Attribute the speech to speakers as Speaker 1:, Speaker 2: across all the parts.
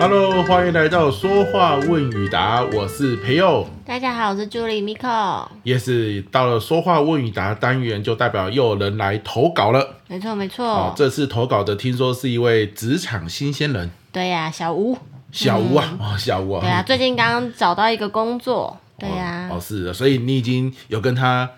Speaker 1: Hello，欢迎来到说话问与答，我是培佑，
Speaker 2: 大家好，我是朱莉 Miko。
Speaker 1: 也是到了说话问与答单元，就代表又有人来投稿了。
Speaker 2: 没错，没错，
Speaker 1: 哦，这次投稿的听说是一位职场新鲜人
Speaker 2: 对呀、小吴，
Speaker 1: 小吴啊，哦，小吴啊，
Speaker 2: 对呀、最近刚刚找到一个工作，对啊呀、
Speaker 1: 哦，哦是的，所以你已经有跟他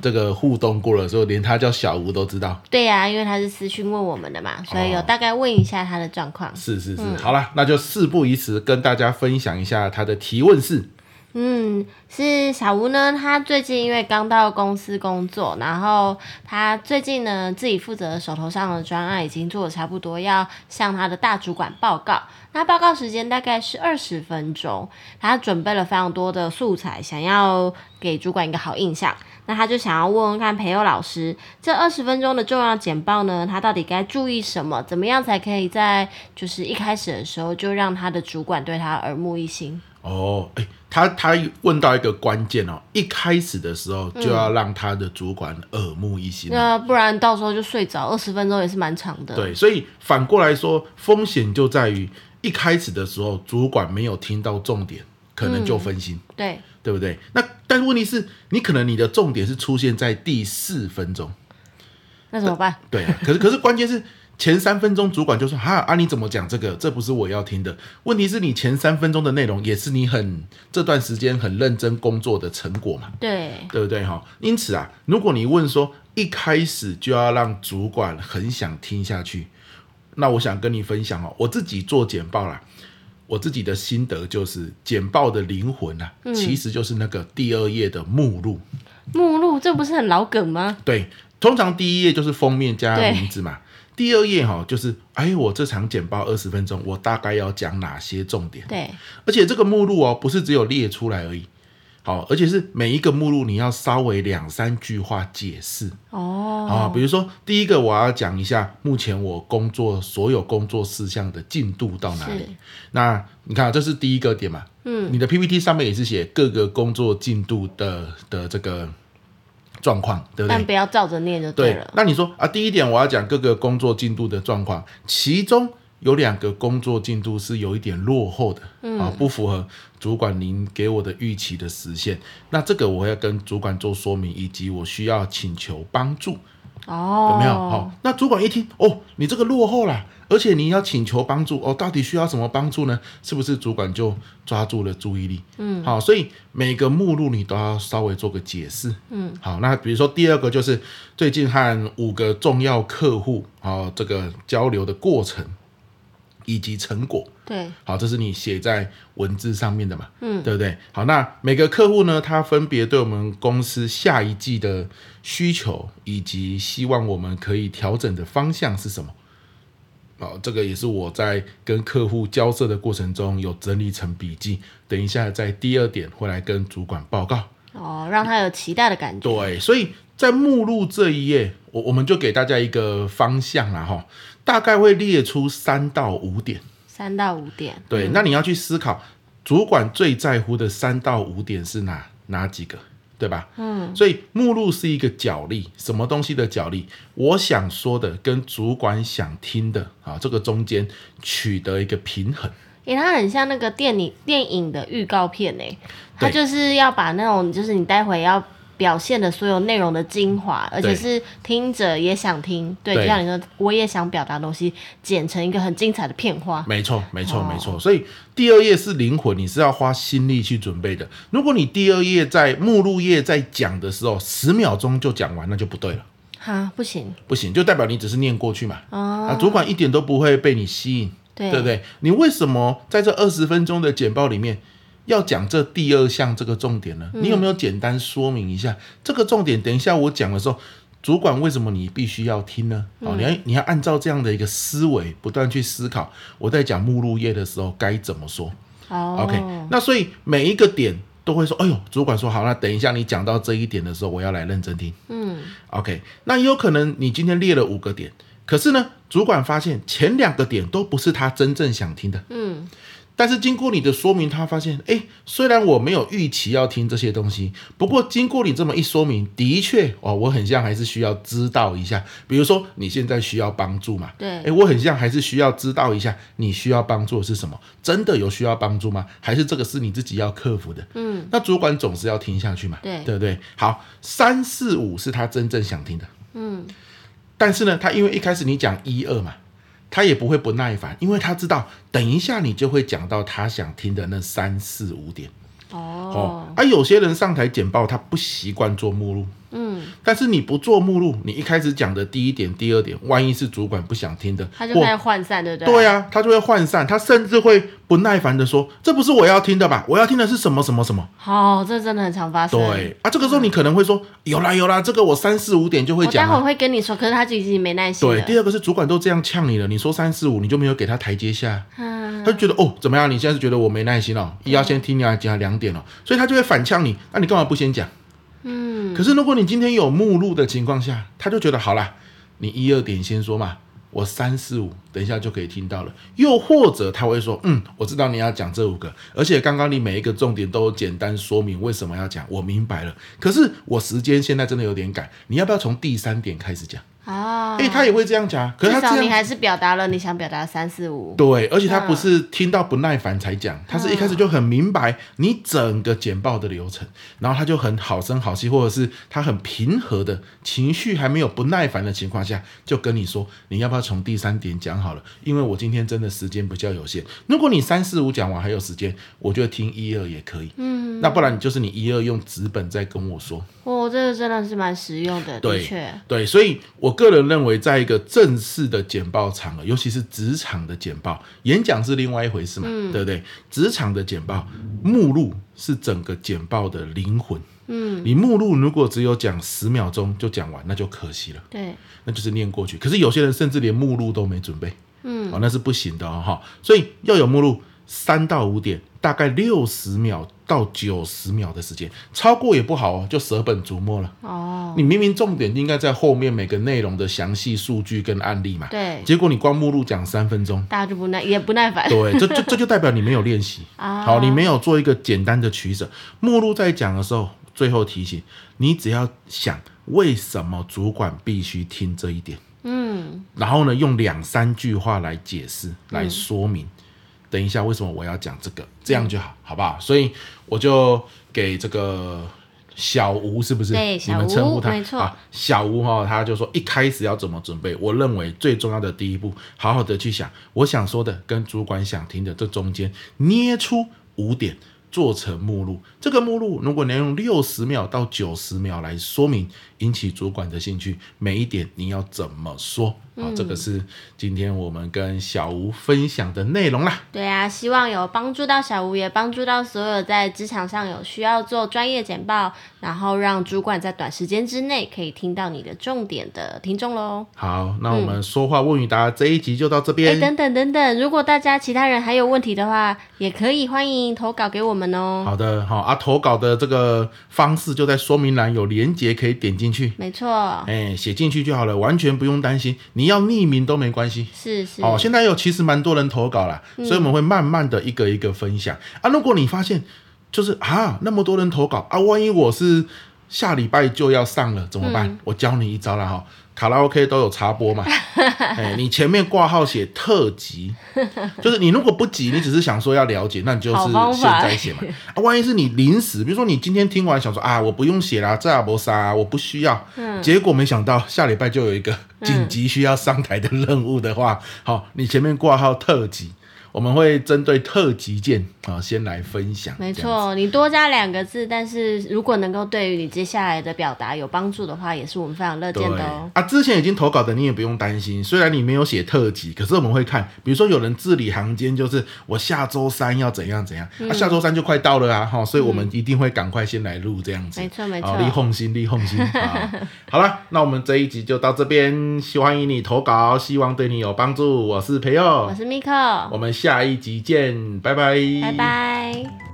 Speaker 1: 这个互动过了，所以连他叫小吴都知道。
Speaker 2: 对呀、因为他是私讯问我们的嘛，
Speaker 1: 哦
Speaker 2: 所以有大概问一下他的状况。
Speaker 1: 是是是，好了，那就事不宜迟，跟大家分享一下他的提问是，
Speaker 2: 嗯，是小吴呢，他最近因为刚到公司工作，然后他最近呢自己负责手头上的专案已经做的差不多，要向他的大主管报告。那报告时间大概是二十分钟，他准备了非常多的素材，想要给主管一个好印象。那他就想要问问看培友老师，这二十分钟的重要简报呢，他到底该注意什么？怎么样才可以在就是一开始的时候就让他的主管对他耳目一新？
Speaker 1: 哦，哎、他他问到一个关键哦，一开始的时候就要让他的主管耳目一新哦、
Speaker 2: 那不然到时候就睡着，二十分钟也是蛮长的。
Speaker 1: 对，所以反过来说，风险就在于一开始的时候，主管没有听到重点，可能就分心，
Speaker 2: 对
Speaker 1: 对不对？那但问题是你可能你的重点是出现在第四分钟，
Speaker 2: 那怎么办？
Speaker 1: 对啊、可是可是关键是前三分钟主管就说哈啊你怎么讲这个？这不是我要听的。问题是你前三分钟的内容也是你很这段时间很认真工作的成果嘛，
Speaker 2: 对，
Speaker 1: 对不对哈？因此啊，如果你问说一开始就要让主管很想听下去，那我想跟你分享哦，我自己做简报啦，我自己的心得就是简报的灵魂啊，其实就是那个第二页的目录。
Speaker 2: 目录这不是很老梗吗？
Speaker 1: 对，通常第一页就是封面加
Speaker 2: 对
Speaker 1: 名字嘛。第二页哈、就是，哎，我这场简报二十分钟，我大概要讲哪些重点？
Speaker 2: 对，
Speaker 1: 而且这个目录哦，不是只有列出来而已，好，而且是每一个目录你要稍微两三句话解释啊、
Speaker 2: 哦，
Speaker 1: 比如说第一个我要讲一下目前我工作所有工作事项的进度到哪
Speaker 2: 是
Speaker 1: 里。那你看啊，这是第一个点嘛，嗯，你的 PPT 上面也是写各个工作进度的的这个状况，对不
Speaker 2: 但
Speaker 1: 对？
Speaker 2: 不要照着念就
Speaker 1: 对
Speaker 2: 了，。
Speaker 1: 那你说啊，第一点我要讲各个工作进度的状况，其中有两个工作进度是有一点落后的，啊，不符合主管您给我的预期的实现。那这个我要跟主管做说明，以及我需要请求帮助，
Speaker 2: 哦，
Speaker 1: 有没有？好、，那主管一听，哦，你这个落后啦，而且你要请求帮助，哦，到底需要什么帮助呢？是不是主管就抓住了注意力？嗯，好、所以每个目录你都要稍微做个解释。嗯，好，那比如说第二个就是最近和五个重要客户啊、哦这个交流的过程以及成果。
Speaker 2: 对，
Speaker 1: 好，这是你写在文字上面的嘛，嗯，对不对？好，那每个客户呢，他分别对我们公司下一季的需求以及希望我们可以调整的方向是什么？哦，这个也是我在跟客户交涉的过程中有整理成笔记，等一下在第二点会来跟主管报告。
Speaker 2: 哦，让他有期待的感觉。
Speaker 1: 对，所以在目录这一页，我我们就给大家一个方向啦，哈，大概会列出三到五点。
Speaker 2: 三到五点，
Speaker 1: 对，那你要去思考，主管最在乎的三到五点是哪哪几个，对吧？嗯，所以目录是一个角力，什么东西的角力？我想说的跟主管想听的啊，这个中间取得一个平衡。
Speaker 2: 诶、它哎很像那个电影电影的预告片诶、它
Speaker 1: 对
Speaker 2: 就是要把那种就是你待会要表现的所有内容的精华，而且
Speaker 1: 对
Speaker 2: 是听者也想听，对，
Speaker 1: 对
Speaker 2: 就像你说，我也想表达的东西，剪成一个很精彩的片花。
Speaker 1: 没错，没错，
Speaker 2: 哦
Speaker 1: 没错。所以第二页是灵魂，你是要花心力去准备的。如果你第二页在目录页在讲的时候，十秒钟就讲完，那就不对了。
Speaker 2: 哈，不行
Speaker 1: 不行，就代表你只是念过去嘛。
Speaker 2: 哦
Speaker 1: 啊，主管一点都不会被你吸引，
Speaker 2: 对
Speaker 1: 不对？你为什么在这二十分钟的简报里面要讲这第二项这个重点呢？你有没有简单说明一下、这个重点？等一下我讲的时候。主管为什么你必须要听呢？哦，你要你要按照这样的一个思维，不断去思考。我在讲目录页的时候该怎么说？
Speaker 2: 哦
Speaker 1: OK，那所以每一个点都会说，哎呦，主管说好，那等一下你讲到这一点的时候，我要来认真听。嗯，OK，那也有可能你今天列了五个点，可是呢，主管发现前两个点都不是他真正想听的。嗯，但是经过你的说明，他发现，哎，虽然我没有预期要听这些东西，不过经过你这么一说明，的确，哦，我很像还是需要知道一下。比如说你现在需要帮助嘛，
Speaker 2: 对
Speaker 1: 哎，我很像还是需要知道一下你需要帮助的是什么，真的有需要帮助吗？还是这个是你自己要克服的？
Speaker 2: 嗯，
Speaker 1: 那主管总是要听下去嘛，
Speaker 2: 对
Speaker 1: 对不对？好，三四五是他真正想听的，
Speaker 2: 嗯，
Speaker 1: 但是呢，他因为一开始你讲一二嘛，他也不会不耐烦，因为他知道等一下你就会讲到他想听的那三四五点哦
Speaker 2: 哦。，
Speaker 1: 而、有些人上台简报，他不习惯做目录，
Speaker 2: 嗯，
Speaker 1: 但是你不做目录，你一开始讲的第一点、第二点，万一是主管不想听的，
Speaker 2: 他就
Speaker 1: 或
Speaker 2: 开始涣散，对不对？
Speaker 1: 对啊，他就会涣散，他甚至会不耐烦的说：“这不是我要听的吧？我要听的是什么什么什么。”
Speaker 2: 好、这真的很常发生。
Speaker 1: 对啊，这个时候你可能会说：“有啦有啦，这个我三四五点就会
Speaker 2: 我待
Speaker 1: 讲、
Speaker 2: 会
Speaker 1: 啊。”
Speaker 2: 会跟你说，可是他就已经没耐心
Speaker 1: 对，
Speaker 2: 了。
Speaker 1: 第二个是主管都这样呛你了，你说三四五，你就没有给他台阶下，
Speaker 2: 嗯，
Speaker 1: 他就觉得哦怎么样？你现在是觉得我没耐心哦，一要先听你来讲两点哦，所以他就会反呛你，那、你干嘛不先讲？
Speaker 2: 嗯，
Speaker 1: 可是如果你今天有目录的情况下，他就觉得好啦，你一二点先说嘛，我三四五等一下就可以听到了。又或者他会说，嗯，我知道你要讲这五个，而且刚刚你每一个重点都有简单说明为什么要讲，我明白了。可是我时间现在真的有点赶，你要不要从第三点开始讲？
Speaker 2: 啊，
Speaker 1: 哎、他也会这样讲啊，可是
Speaker 2: 至
Speaker 1: 他这
Speaker 2: 少
Speaker 1: 样
Speaker 2: 你还是表达了你想表达的三四五。
Speaker 1: 对，而且他不是听到不耐烦才讲，他是一开始就很明白你整个简报的流程，然后他就很好声好气，或者是他很平和的情绪还没有不耐烦的情况下，就跟你说你要不要从第三点讲好了，因为我今天真的时间比较有限。如果你三四五讲完还有时间，我觉得听一二也可以。
Speaker 2: 嗯，
Speaker 1: 那不然你就是你一二用纸本再跟我说。
Speaker 2: 哦，这个真的是蛮实用的，的
Speaker 1: 对
Speaker 2: 确。
Speaker 1: 对，所以我个人认为，在一个正式的简报场合，尤其是职场的简报，演讲是另外一回事嘛，
Speaker 2: 嗯
Speaker 1: 对不对？职场的简报目录是整个简报的灵魂。
Speaker 2: 嗯，
Speaker 1: 你目录如果只有讲十秒钟就讲完，那就可惜了，
Speaker 2: 对，
Speaker 1: 那就是念过去。可是有些人甚至连目录都没准备，
Speaker 2: 嗯
Speaker 1: 哦，那是不行的哦，哈。所以要有目录，三到五点，大概六十秒到九十秒的时间，超过也不好哦，就舍本逐末了。
Speaker 2: 哦，
Speaker 1: 你明明重点应该在后面每个内容的详细数据跟案例嘛，
Speaker 2: 对，，
Speaker 1: 结果你光目录讲三分钟
Speaker 2: 大家就不耐，也不耐烦。
Speaker 1: 对，这这这就代表你没有练习，
Speaker 2: 啊，
Speaker 1: 好，你没有做一个简单的取舍。目录在讲的时候，最后提醒你，只要想为什么主管必须听这一点，
Speaker 2: 嗯，
Speaker 1: 然后呢，用两三句话来解释来说明。等一下，为什么我要讲
Speaker 2: 嗯
Speaker 1: 这个？这样就好，好不好？所以我就给这个小吴，是不是？
Speaker 2: 对小
Speaker 1: 你们称呼
Speaker 2: 吴
Speaker 1: 他
Speaker 2: 没错
Speaker 1: 啊小吴哈、他就说一开始要怎么准备？我认为最重要的第一步，好好的去想我想说的跟主管想听的这中间捏出五点。做成目录，这个目录如果能用六十秒到九十秒来说明，引起主管的兴趣，每一点你要怎么说？好、
Speaker 2: 嗯
Speaker 1: 这个是今天我们跟小吴分享的内容啦。
Speaker 2: 对啊，希望有帮助到小吴，也帮助到所有在职场上有需要做专业简报，然后让主管在短时间之内可以听到你的重点的听众喽。
Speaker 1: 好，那我们说话问与答这一集就到这
Speaker 2: 嗯哎，
Speaker 1: 边。
Speaker 2: 等等等等，如果大家其他人还有问题的话，也可以欢迎投稿给我们哦。
Speaker 1: 好的，好啊，投稿的这个方式就在说明栏有连接可以点进去，
Speaker 2: 没错，
Speaker 1: 哎，写进去就好了，完全不用担心，你要匿名都没关系。
Speaker 2: 是是，嗯
Speaker 1: 哦，现在有其实蛮多人投稿啦，所以我们会慢慢的一个一个分享啊。如果你发现就是啊那么多人投稿啊，万一我是下礼拜就要上了怎么
Speaker 2: 嗯
Speaker 1: 办？我教你一招啦哈、卡拉 OK 都有插播嘛， 哎，你前面挂号写特急， 就是你如果不急，你只是想说要了解，那你就是
Speaker 2: 好方
Speaker 1: 现
Speaker 2: 法
Speaker 1: 在写嘛。啊，万一是你临时，比如说你今天听完想说啊，我不用写啦，这阿伯啥，我不需要。
Speaker 2: 嗯
Speaker 1: 结果没想到下礼拜就有一个紧急需要上台的任务的话，好、你前面挂号特急，我们会针对特急件啊、先来分享。
Speaker 2: 没
Speaker 1: 这样子。
Speaker 2: 错，你多加两个字，但是如果能够对于你接下来的表达有帮助的话，也是我们非常乐
Speaker 1: 对
Speaker 2: 见的哦。
Speaker 1: 啊，之前已经投稿的你也不用担心，虽然你没有写特急，可是我们会看，比如说有人字里行间就是我下周三要怎样怎样，
Speaker 2: 嗯
Speaker 1: 啊，下周三就快到了啊，哈、所以我们一定会赶快先来录这样子。
Speaker 2: 没错没
Speaker 1: 好，立
Speaker 2: 错，
Speaker 1: 哄心，立哄 心。好，好了，那我们这一集就到这边，希欢迎你投稿，希望对你有帮助。我是培
Speaker 2: 我
Speaker 1: 佑，
Speaker 2: 是 Miko，
Speaker 1: 我们下一集见，拜拜，
Speaker 2: 拜拜。